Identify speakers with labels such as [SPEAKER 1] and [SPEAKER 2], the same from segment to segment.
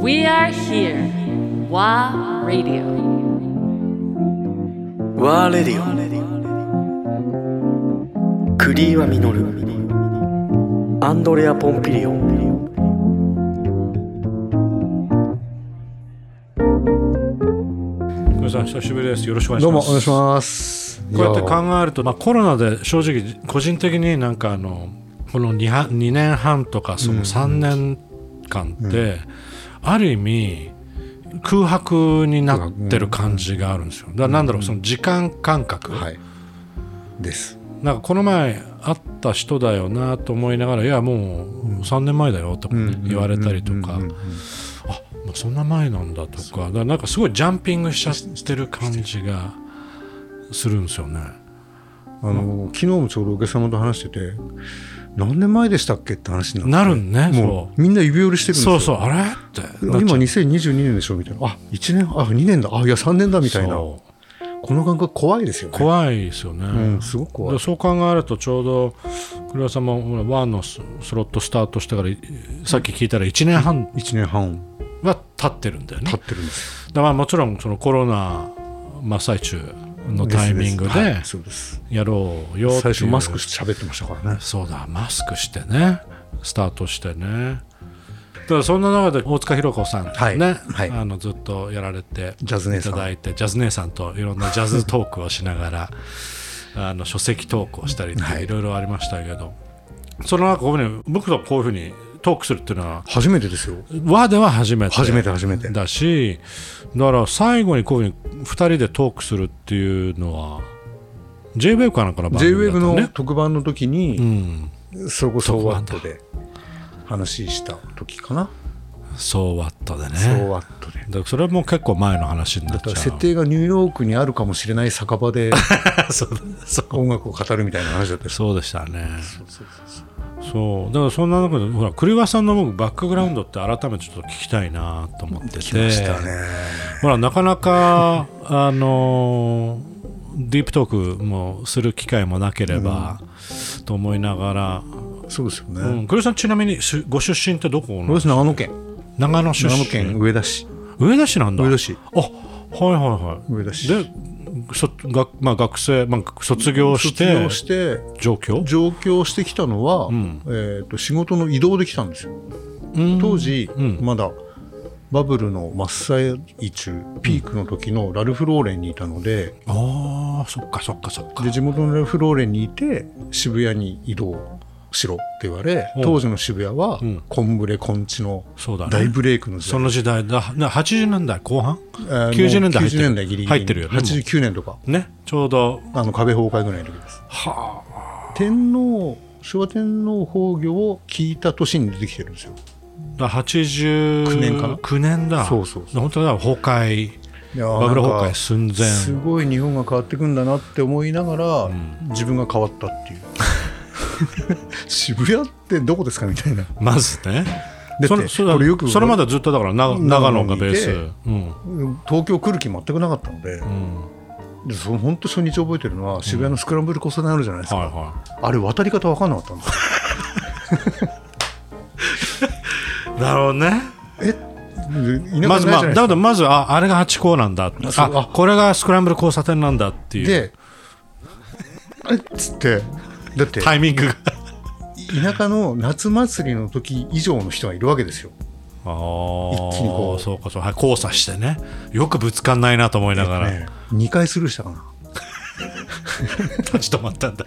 [SPEAKER 1] We are here. WA Radio.
[SPEAKER 2] ワーレディオクリーワミノルアンドレア・ポンピリオン
[SPEAKER 3] 久保さん久しぶりです。よろしくお願いし
[SPEAKER 4] どうも
[SPEAKER 3] ま
[SPEAKER 4] お
[SPEAKER 3] す。
[SPEAKER 4] 願いします。
[SPEAKER 3] こうやって
[SPEAKER 4] いや
[SPEAKER 3] 考えると、まあ、コロナで正直個人的になんかあのこの 2, は2年半とかその3年間って、ある意味空白になってる感じがあるんですよ。だからなんだろうその時間感覚、
[SPEAKER 4] はいです。
[SPEAKER 3] なんかこの前会った人だよなと思いながらいやもう3年前だよとか言われたりとか。あもうそんな前なんだとかだからなんかすごいジャンピングしちゃってる感じがするんですよね。
[SPEAKER 4] あの昨日もちょうどお客様と話してて何年前でしたっけって話になっ
[SPEAKER 3] なるんね
[SPEAKER 4] てもうみんな指折りして
[SPEAKER 3] そう
[SPEAKER 4] くるんですよ。
[SPEAKER 3] そうそうあれってなっちゃ
[SPEAKER 4] 今
[SPEAKER 3] う
[SPEAKER 4] 2022年でしょみたいな。あ1年あ2年だあいや3年だみたいなこ
[SPEAKER 3] そう
[SPEAKER 4] の感覚怖いですよね。
[SPEAKER 3] 怖いですよね、
[SPEAKER 4] うんすごく怖
[SPEAKER 3] で
[SPEAKER 4] い。
[SPEAKER 3] そう考えるとちょうど黒岩さんもほらワンのスロットスタートしてからいさっき聞いたら1年半
[SPEAKER 4] 1年半
[SPEAKER 3] は経ってるんだよね
[SPEAKER 4] 経ってるんです
[SPEAKER 3] だからまあもちろんそのコロナ真っ最中の
[SPEAKER 4] よ。
[SPEAKER 3] タイミング
[SPEAKER 4] す
[SPEAKER 3] で
[SPEAKER 4] はいそうです。
[SPEAKER 3] やろうよっていう
[SPEAKER 4] 最初マスクして喋ってましたからね。
[SPEAKER 3] そうだマスクしてねスタートしてねだからそんな中で大塚弘子さんね、
[SPEAKER 4] はいはい
[SPEAKER 3] あのずっとやられて
[SPEAKER 4] ジャズ姉さん
[SPEAKER 3] いただいてジャズ姉さんといろんなジャズトークをしながらあの書籍トークをしたりって
[SPEAKER 4] はい
[SPEAKER 3] いろいろありましたけど、その中ここに僕とこういうふうにトークするっていうのは
[SPEAKER 4] 初めてですよ。
[SPEAKER 3] 和では初めて
[SPEAKER 4] 初めて初めて。
[SPEAKER 3] だしだから最後にこういうふうに2人でトークするっていうのは JWAVE かなんかの番組だった
[SPEAKER 4] J-WAVE
[SPEAKER 3] ね
[SPEAKER 4] の特番の時に、
[SPEAKER 3] うん
[SPEAKER 4] それこそワットで話した時かな、
[SPEAKER 3] そうワットでね
[SPEAKER 4] そうワットで。
[SPEAKER 3] だからそれも結構前の話にな
[SPEAKER 4] だ
[SPEAKER 3] っち
[SPEAKER 4] か
[SPEAKER 3] ゃう
[SPEAKER 4] ら設定 がニューヨークにあるかもしれない酒場 で
[SPEAKER 3] そうだそう
[SPEAKER 4] 音楽を語るみたいな話だったでしょ
[SPEAKER 3] そうでしたねそうだからそんな中でほら栗岩さんの僕バックグラウンドって改めてちょっと聞きたいなと思ってて
[SPEAKER 4] 来ましたね。
[SPEAKER 3] ほらなかなかあのディープトークもする機会もなければ、と思いながら、
[SPEAKER 4] そうですよね。
[SPEAKER 3] うん、栗岩さんちなみにしご出身ってどこの
[SPEAKER 4] 私長野県
[SPEAKER 3] 長野出身
[SPEAKER 4] 長野県上田市
[SPEAKER 3] 上田市なんだ
[SPEAKER 4] 上田市
[SPEAKER 3] あはいはいはい
[SPEAKER 4] 上田市
[SPEAKER 3] でそ学,、まあ、学生、まあ、卒業し
[SPEAKER 4] 卒
[SPEAKER 3] て
[SPEAKER 4] 業して
[SPEAKER 3] 上京
[SPEAKER 4] 上京してきたのは、
[SPEAKER 3] ん
[SPEAKER 4] えー、と仕事の移動できたんですよ当時、
[SPEAKER 3] うん
[SPEAKER 4] まだバブルの真っ最中ピークの時のラルフ・ローレンにいたので、
[SPEAKER 3] ああそっかそっかそっか
[SPEAKER 4] で地元のラルフローレンにいて渋谷に移動しろって言われ
[SPEAKER 3] うん
[SPEAKER 4] 当時の渋谷は
[SPEAKER 3] うん
[SPEAKER 4] コンブレコンチの
[SPEAKER 3] そうだね
[SPEAKER 4] 大ブレイクの時
[SPEAKER 3] そ
[SPEAKER 4] 代、
[SPEAKER 3] の時代だな80年代後半
[SPEAKER 4] えーもう
[SPEAKER 3] 90年代入ってる
[SPEAKER 4] 90年代ギリギリ
[SPEAKER 3] 入ってるよねもう
[SPEAKER 4] 89年とか
[SPEAKER 3] ねちょうど
[SPEAKER 4] あの壁崩壊ぐらいの時です天皇昭和天皇崩御を聞いた年に出てきてるんですよ
[SPEAKER 3] だ89
[SPEAKER 4] 年かな
[SPEAKER 3] 9年だ
[SPEAKER 4] そうそうそう
[SPEAKER 3] 本当だ崩壊
[SPEAKER 4] いやー
[SPEAKER 3] バブル
[SPEAKER 4] なんか
[SPEAKER 3] 崩壊寸前
[SPEAKER 4] すごい日本が変わってくんだなって思いながら、自分が変わったって いう 渋谷ってどこですかみたいな
[SPEAKER 3] まずね
[SPEAKER 4] だって
[SPEAKER 3] それそれ
[SPEAKER 4] これよく
[SPEAKER 3] それまでずっとだからな長
[SPEAKER 4] 長野
[SPEAKER 3] 野
[SPEAKER 4] に
[SPEAKER 3] が
[SPEAKER 4] いて
[SPEAKER 3] ベース、うん
[SPEAKER 4] 東京来る気全くなかったので、
[SPEAKER 3] うん、
[SPEAKER 4] でその本当初日覚えてるのは渋谷のスクランブル交差点あるじゃないですか、
[SPEAKER 3] はいはい
[SPEAKER 4] あれ渡り方分かんなかったんですよ
[SPEAKER 3] だろうね。
[SPEAKER 4] え田
[SPEAKER 3] ま
[SPEAKER 4] 舎
[SPEAKER 3] ずま
[SPEAKER 4] じゃ
[SPEAKER 3] あ、
[SPEAKER 4] な
[SPEAKER 3] だ
[SPEAKER 4] いじゃないです
[SPEAKER 3] け
[SPEAKER 4] か、
[SPEAKER 3] どまず、あ、あれがハチ公なんだ。
[SPEAKER 4] そう
[SPEAKER 3] あ
[SPEAKER 4] あ、
[SPEAKER 3] これがスクランブル交差点なんだっていう。
[SPEAKER 4] でえっつってだって
[SPEAKER 3] タイミングが。
[SPEAKER 4] 田舎の夏祭りの時以上の人がいるわけですよ
[SPEAKER 3] あ
[SPEAKER 4] 一気にこ
[SPEAKER 3] あ、
[SPEAKER 4] う
[SPEAKER 3] そうかそうか、はい、交差してね。よくぶつかんないなと思いながら、
[SPEAKER 4] ね2回スルーしたかな
[SPEAKER 3] 立ち止まったんだ。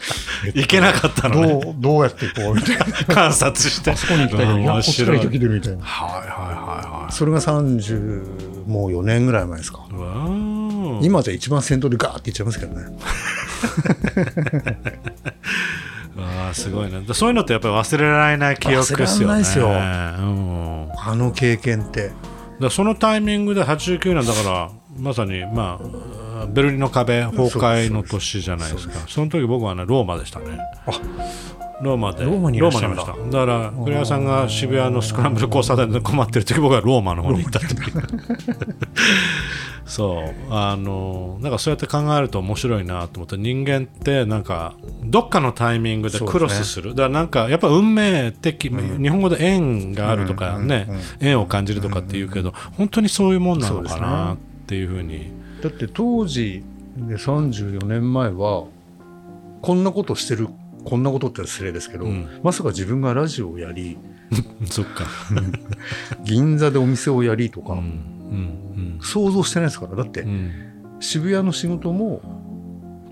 [SPEAKER 3] いけなかったのね。
[SPEAKER 4] どうどうやっていこうみたいな
[SPEAKER 3] 観察して。あそこに
[SPEAKER 4] だけどいやこ
[SPEAKER 3] 面
[SPEAKER 4] っちか
[SPEAKER 3] 白
[SPEAKER 4] ら
[SPEAKER 3] い。は
[SPEAKER 4] 行って
[SPEAKER 3] い
[SPEAKER 4] きてるみたいな
[SPEAKER 3] はいは
[SPEAKER 4] それが30もう4年ぐらい前ですか
[SPEAKER 3] いはい。うわー
[SPEAKER 4] 今じゃ一番先頭でガーっていっちゃいますけどね
[SPEAKER 3] あーすごいな。そういうのってやっぱり忘れられない記憶ですよね。
[SPEAKER 4] 忘れられないですよ
[SPEAKER 3] うん。
[SPEAKER 4] あの経験って
[SPEAKER 3] だからそのタイミングで89年だからまさにまあベルリンの壁崩壊の年じゃないですかその時僕はねローマでしたねローマで
[SPEAKER 4] ローマにい
[SPEAKER 3] ロ
[SPEAKER 4] らっ
[SPEAKER 3] ーマ
[SPEAKER 4] しゃ
[SPEAKER 3] に
[SPEAKER 4] る
[SPEAKER 3] い
[SPEAKER 4] ん
[SPEAKER 3] ま
[SPEAKER 4] だ
[SPEAKER 3] しただから栗山さんが渋谷のスクランブル交差点で困ってる時僕はローマの方に行ったっていうそうあのなんかそうやって考えると面白いなと思って人間ってなんかどっかのタイミングでクロスするだからなんかやっぱ運命的、日本語で縁があるとかね、縁を感じるとかっていうけど、本当にそういうもんなのかなっていうふうに
[SPEAKER 4] だって当時で34年前はこんなことしてるこんなことって失礼ですけど、
[SPEAKER 3] うん
[SPEAKER 4] まさか自分がラジオをやり
[SPEAKER 3] そっか
[SPEAKER 4] 銀座でお店をやりとか、
[SPEAKER 3] うんうん
[SPEAKER 4] 想像してないですからだって
[SPEAKER 3] うんうん
[SPEAKER 4] 渋谷の仕事も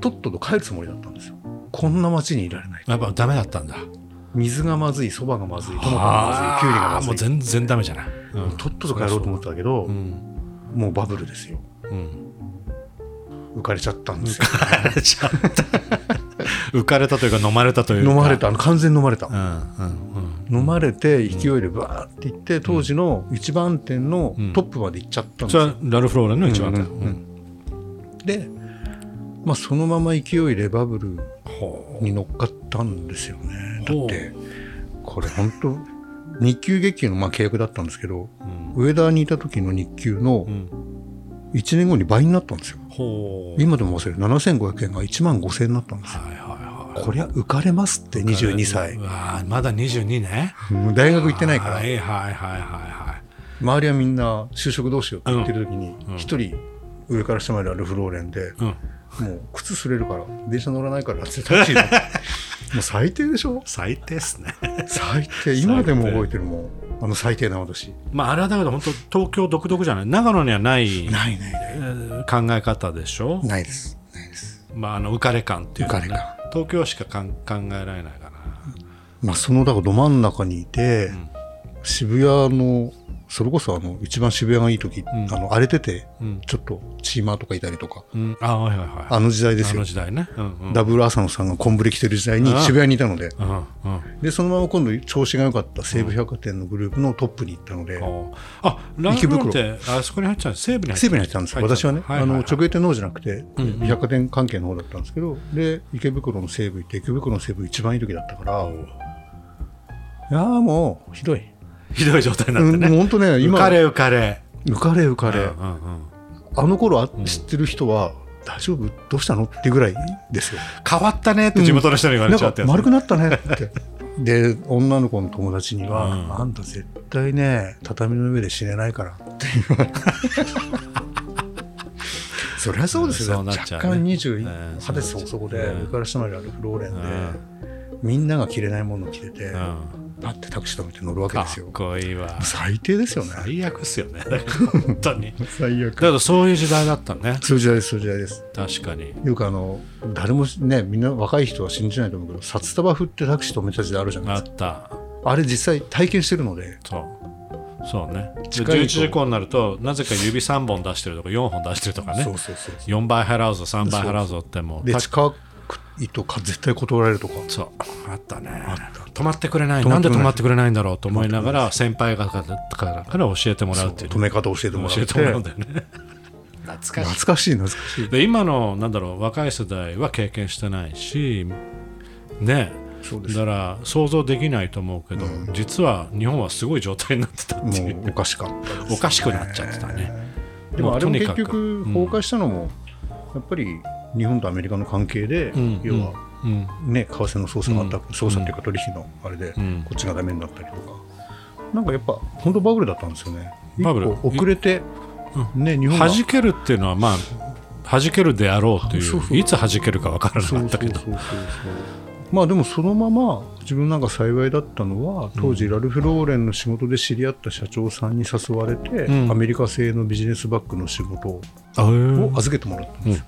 [SPEAKER 4] とっとと帰るつもりだったんですよこんな街にいられない
[SPEAKER 3] やっぱダメだったんだ
[SPEAKER 4] 水がまずいそばがまずいトマトがまずいきゅうりが
[SPEAKER 3] あー
[SPEAKER 4] まずい
[SPEAKER 3] もう全然ダメじゃない、うん
[SPEAKER 4] とっとと帰ろうと思ってたけど、
[SPEAKER 3] うん
[SPEAKER 4] もうバブルですよ
[SPEAKER 3] うん、
[SPEAKER 4] 浮かれちゃったんですよ
[SPEAKER 3] 浮かれちゃった浮かれたというか飲まれたというか
[SPEAKER 4] 飲まれたあの完全に飲まれた、
[SPEAKER 3] うんうん
[SPEAKER 4] 飲まれて勢いでバーっていって当時の一番店のトップまで行っちゃっ
[SPEAKER 3] う
[SPEAKER 4] た
[SPEAKER 3] んん、
[SPEAKER 4] で
[SPEAKER 3] そ
[SPEAKER 4] す
[SPEAKER 3] れ
[SPEAKER 4] よ、
[SPEAKER 3] はラルフローレンの一番手、
[SPEAKER 4] うんうんうんで、まあ、そのまま勢いでバブルに乗っかったんですよねだ
[SPEAKER 3] ほう
[SPEAKER 4] ってこれ本当日給月給のまあ契約だったんですけど
[SPEAKER 3] うん
[SPEAKER 4] 上田にいた時の日給の
[SPEAKER 3] うん
[SPEAKER 4] 1年後に倍になったんですよ
[SPEAKER 3] ほう
[SPEAKER 4] 今でも忘れる7500円が1万5000円になったんですよ
[SPEAKER 3] はいはいはい
[SPEAKER 4] こりゃ浮かれますって22歳
[SPEAKER 3] うわーまだ22ね
[SPEAKER 4] もう大学行ってないから
[SPEAKER 3] はいはいはいはいは
[SPEAKER 4] 周りはみんな就職どうしようって言ってる時に
[SPEAKER 3] ん
[SPEAKER 4] 一人上から下まであるフローレンで
[SPEAKER 3] いうん
[SPEAKER 4] もう靴擦れるから電車乗らないからって タクシー乗ってもう最低でしょ
[SPEAKER 3] 最低っすね
[SPEAKER 4] 最低今でも覚えてるもんあの最低な私
[SPEAKER 3] まああれはだけど本当東京独特じゃない長野にはない
[SPEAKER 4] ないないない
[SPEAKER 3] えー考え方でしょ、
[SPEAKER 4] ないですないです
[SPEAKER 3] まあ、あの浮かれ感っていうか、ね、
[SPEAKER 4] 浮かれ感
[SPEAKER 3] 東京しかかん考えられないかな
[SPEAKER 4] まあそのだからど真ん中にいて、渋谷のそれこそあの一番渋谷がいい時、
[SPEAKER 3] ん
[SPEAKER 4] あの荒れてて、
[SPEAKER 3] うん
[SPEAKER 4] ちょっとチーマーとかいたりとか
[SPEAKER 3] うん、あはいはいはい
[SPEAKER 4] あの時代です
[SPEAKER 3] あの
[SPEAKER 4] よ
[SPEAKER 3] 時代ね。うんうん。
[SPEAKER 4] ダブル浅野さんがコンブレ着てる時代に
[SPEAKER 3] ああ
[SPEAKER 4] 渋谷にいたので
[SPEAKER 3] うんうん
[SPEAKER 4] でそのまま今度調子が良かった西武百貨店のグループのトップに行ったので、
[SPEAKER 3] おーあ、ライブってあそこに入っちゃう西部に入っちゃ
[SPEAKER 4] 西
[SPEAKER 3] う
[SPEAKER 4] 武に入ってたんですよ、私はね、
[SPEAKER 3] いいい
[SPEAKER 4] あの直営店の方じゃなくて、百貨店関係の方だったんですけど、で池袋の西武行って、池袋の西武、一番いい時だったから、いやーもう、ひどい、
[SPEAKER 3] ひどい状態になっ
[SPEAKER 4] う
[SPEAKER 3] て
[SPEAKER 4] ん、もう
[SPEAKER 3] ね。
[SPEAKER 4] 本当ね、
[SPEAKER 3] 浮
[SPEAKER 4] 今、
[SPEAKER 3] かれ浮かれ。
[SPEAKER 4] 浮かれ浮かれ、
[SPEAKER 3] うんうん。
[SPEAKER 4] あの頃あ知ってる人は、大丈夫、どうしたのっていうぐらいですよ、
[SPEAKER 3] 変わったねって地元の人に言わ
[SPEAKER 4] な
[SPEAKER 3] れ
[SPEAKER 4] ん
[SPEAKER 3] ちゃ
[SPEAKER 4] か
[SPEAKER 3] って。
[SPEAKER 4] 丸くなったね って。で女の子の友達には、
[SPEAKER 3] うん
[SPEAKER 4] あんた絶対ね畳の上で死ねないからって 言われてそりゃそうですよ、
[SPEAKER 3] そうなっちゃうね
[SPEAKER 4] 若干21
[SPEAKER 3] うん
[SPEAKER 4] 派手そこそこで、
[SPEAKER 3] うん
[SPEAKER 4] 上から下まであるフローレンで、みんなが着れないものを着てて、
[SPEAKER 3] うん。
[SPEAKER 4] パッてタクシー止めて乗るわけ
[SPEAKER 3] か
[SPEAKER 4] ですよ
[SPEAKER 3] っこいいわ。
[SPEAKER 4] 最低ですよね
[SPEAKER 3] 最悪っすよね。本当に。だ
[SPEAKER 4] 最悪
[SPEAKER 3] けどそういう時代だったね。
[SPEAKER 4] そういう時代ですそういう時代です
[SPEAKER 3] 確かに。
[SPEAKER 4] よくあの誰もねみんな若い人は信じないと思うけど札束振ってタクシー止めた時代あるじゃない
[SPEAKER 3] あ
[SPEAKER 4] です
[SPEAKER 3] っ
[SPEAKER 4] か
[SPEAKER 3] た。
[SPEAKER 4] あれ実際体験してるので
[SPEAKER 3] そう。そうね。で
[SPEAKER 4] 近いと
[SPEAKER 3] 11時以降になると、なぜか指3本出してるとか4本出してるとかね。
[SPEAKER 4] そうそうそう
[SPEAKER 3] 4倍払うぞ、3倍払うぞってもう。
[SPEAKER 4] で近いとか絶対断られるとか
[SPEAKER 3] そうあったね止まってくれないなんで止まってくれないんだろうと思いながら先輩方からから教えてもらうっていう
[SPEAKER 4] 止め方教えてもらって
[SPEAKER 3] 教えてもらうんだよね懐か
[SPEAKER 4] 懐かしい懐かしい
[SPEAKER 3] で今のなんだろう若い世代は経験してないしね
[SPEAKER 4] そうです
[SPEAKER 3] だから想像できないと思うけど、実は日本はすごい状態になってたっていう
[SPEAKER 4] もうおかしかった
[SPEAKER 3] おかしくなっちゃってたね
[SPEAKER 4] でもあれも
[SPEAKER 3] とに
[SPEAKER 4] 結
[SPEAKER 3] かく
[SPEAKER 4] 局
[SPEAKER 3] うん
[SPEAKER 4] 崩壊したのもやっぱり日本とアメリカの関係で
[SPEAKER 3] ん
[SPEAKER 4] 要は
[SPEAKER 3] うん
[SPEAKER 4] ね為替の操作があった操作っていうか取引のあれでこ
[SPEAKER 3] ん
[SPEAKER 4] っちがダメになったりとかなんかやっぱ本当バブルだったんですよね
[SPEAKER 3] バブル
[SPEAKER 4] 一個遅れてね日本が
[SPEAKER 3] 弾けるっていうのはまあ弾けるであろうという
[SPEAKER 4] そうそう
[SPEAKER 3] いつ弾けるかわからな
[SPEAKER 4] そ
[SPEAKER 3] か
[SPEAKER 4] う
[SPEAKER 3] ったけど
[SPEAKER 4] そうそうそうそうまあでもそのまま自分なんか幸いだったのは当時ラルフ・ローレンの仕事で知り合った社長さんに誘われて、
[SPEAKER 3] ん
[SPEAKER 4] アメリカ製のビジネスバッグの仕事を
[SPEAKER 3] あへー
[SPEAKER 4] 預けてもらったんですよ、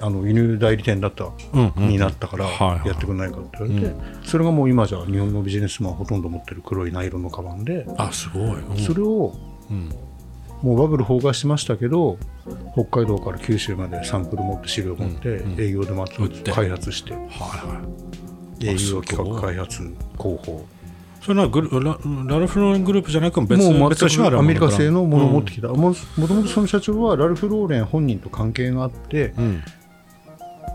[SPEAKER 4] あの犬代理店だった、
[SPEAKER 3] うんうん
[SPEAKER 4] になったから
[SPEAKER 3] はいはい
[SPEAKER 4] やってくれないかって言われて、それがもう今じゃ日本のビジネスマンほとんど持ってる黒いナイロンのカバンで、
[SPEAKER 3] あすごいうん
[SPEAKER 4] それを、
[SPEAKER 3] ん
[SPEAKER 4] もうバブル崩壊しましたけど北海道から九州までサンプル持って資料持って営業でま
[SPEAKER 3] 売って
[SPEAKER 4] た開発して
[SPEAKER 3] はいはい
[SPEAKER 4] 営業企画開発広報
[SPEAKER 3] それはグルララルフ・ローレングループじゃなく別
[SPEAKER 4] もう
[SPEAKER 3] 別の
[SPEAKER 4] 全
[SPEAKER 3] 人が
[SPEAKER 4] くアメリカ製のものを持って
[SPEAKER 3] き
[SPEAKER 4] きた、ももともとその社長はラルフ・ローレン本人と関係があって、
[SPEAKER 3] た、うん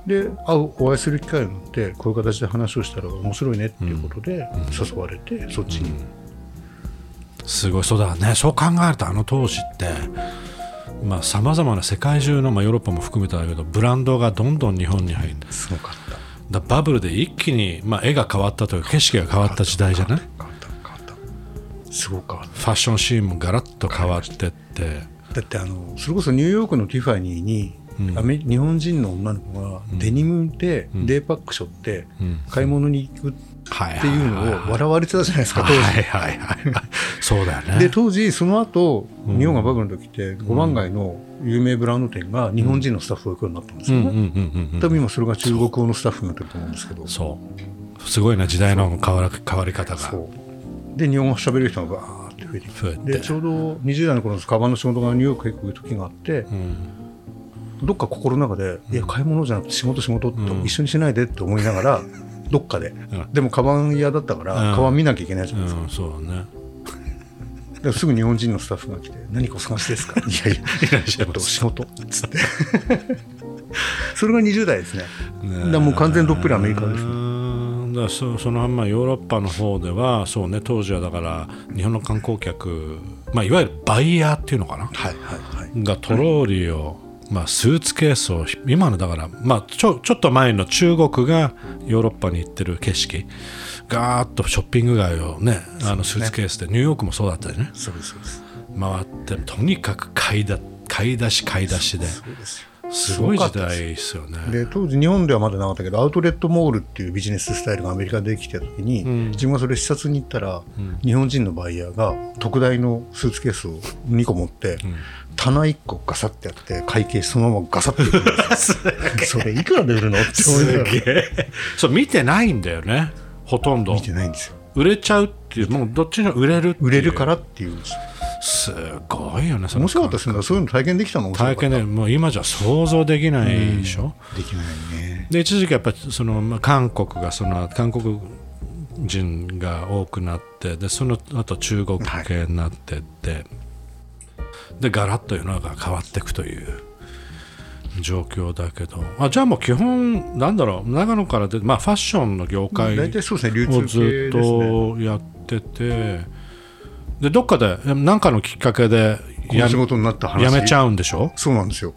[SPEAKER 4] で会うお会いする機会があってこういう形で話をしたら面白いねっていうことで誘われて、そっちに、
[SPEAKER 3] すごいそうだねそう考えるとあの当時ってさまざ、まな世界中の、まあ、ヨーロッパも含めてだけどブランドがどんどん日本に入って
[SPEAKER 4] すごかった
[SPEAKER 3] だバブルで一気に、まあ、絵が変わったというか景色が変わった時代じゃないフ
[SPEAKER 4] 変わった変わったすごかっ
[SPEAKER 3] ァッションシーンもガラッと変わってって
[SPEAKER 4] ただってあのそれこそニューヨークのティファニーに、
[SPEAKER 3] うん
[SPEAKER 4] アメ日本人の女の子がデニムでデーパックショって
[SPEAKER 3] うん
[SPEAKER 4] 買い物に行くって
[SPEAKER 3] はい
[SPEAKER 4] いうのを笑われてたじゃないですか、当時。
[SPEAKER 3] はいはいはいはいそうだよね
[SPEAKER 4] で当時その後、
[SPEAKER 3] うん
[SPEAKER 4] 日本がバブルの時って五番街の有名ブランド店が日本人のスタッフが行くようになったんです
[SPEAKER 3] うん
[SPEAKER 4] よ
[SPEAKER 3] うん
[SPEAKER 4] ね、
[SPEAKER 3] うんうん
[SPEAKER 4] 多分今それが中国語のスタッフになってると思うんですけど
[SPEAKER 3] そうすごいな時代の変わら変わり方が
[SPEAKER 4] そうで日本語喋れる人がバーって増えてき
[SPEAKER 3] 増えて
[SPEAKER 4] てでちょうど20代の頃のカバンの仕事がニューヨークへ行く時があって
[SPEAKER 3] う、ん
[SPEAKER 4] どっか心の中で、いや買い物じゃなくて仕事仕事って、
[SPEAKER 3] うん
[SPEAKER 4] 一緒にしないでって思いながらどっかで、
[SPEAKER 3] ん
[SPEAKER 4] でもカバン嫌だったから、
[SPEAKER 3] うん
[SPEAKER 4] カバン見なきゃいけないじゃ
[SPEAKER 3] う
[SPEAKER 4] ないですか、
[SPEAKER 3] ん、そうだね
[SPEAKER 4] でもすぐ日本人のスタッフが来て「何かお探しですか? 」いやいや
[SPEAKER 3] いらっしゃい
[SPEAKER 4] えっ
[SPEAKER 3] ま
[SPEAKER 4] と
[SPEAKER 3] す
[SPEAKER 4] 仕事つって それが20代ですねだからもう完全どっぷりアメリカです
[SPEAKER 3] う
[SPEAKER 4] ね
[SPEAKER 3] ーんだからそそのまあヨーロッパの方ではそうね当時はだから日本の観光客、まあ、いわゆるバイヤーっていうのかな
[SPEAKER 4] はいはいはい
[SPEAKER 3] がトローリーを、まあ、スーツケースを今のだから、まあ、ちょちょっと前の中国がヨーロッパに行ってる景色ガーッとショッピング街をねあのスーツケースでニューヨークもそうだったよね
[SPEAKER 4] そうですそうです
[SPEAKER 3] 回ってとにかく買いだ買い出し買い出しで
[SPEAKER 4] そうですよ
[SPEAKER 3] すごい時
[SPEAKER 4] すごかった
[SPEAKER 3] 代ですよね。
[SPEAKER 4] で当時日本ではまだなかったけどアウトレットモールっていうビジネススタイルがアメリカでできてた時に、
[SPEAKER 3] ん
[SPEAKER 4] 自分がそれ視察に行ったら、日本人のバイヤーが特大のスーツケースを2個持って、棚1個ガサッてやって会計そのままガサッて入れるん ですよそれいくらで売るのって思いながら
[SPEAKER 3] えそう見てないんだよねほとんど
[SPEAKER 4] 見てないんですよ
[SPEAKER 3] 売れちゃうっていうもうどっちにも売れるっていう
[SPEAKER 4] 売れるからっていうんです
[SPEAKER 3] すごいよねその
[SPEAKER 4] 面白かったですねそういうの体験できたの面白か
[SPEAKER 3] 体
[SPEAKER 4] った
[SPEAKER 3] 験でもう今じゃ想像できないでしょ、
[SPEAKER 4] できないね
[SPEAKER 3] で一時期やっぱりそのまあ韓国がその韓国人が多くなってでその後中国系になってって、でガラッと世の中が変わっていくという状況だけどあじゃあもう基本なんだろう長野からでまあファッションの業界
[SPEAKER 4] 大体そうですね流
[SPEAKER 3] を
[SPEAKER 4] 通系
[SPEAKER 3] ずっ
[SPEAKER 4] ですね
[SPEAKER 3] とやっててでどっかで何かのきっかけで
[SPEAKER 4] この
[SPEAKER 3] や
[SPEAKER 4] 仕事になった話
[SPEAKER 3] やめち
[SPEAKER 4] う
[SPEAKER 3] ゃうんでしょ
[SPEAKER 4] そうなんですよ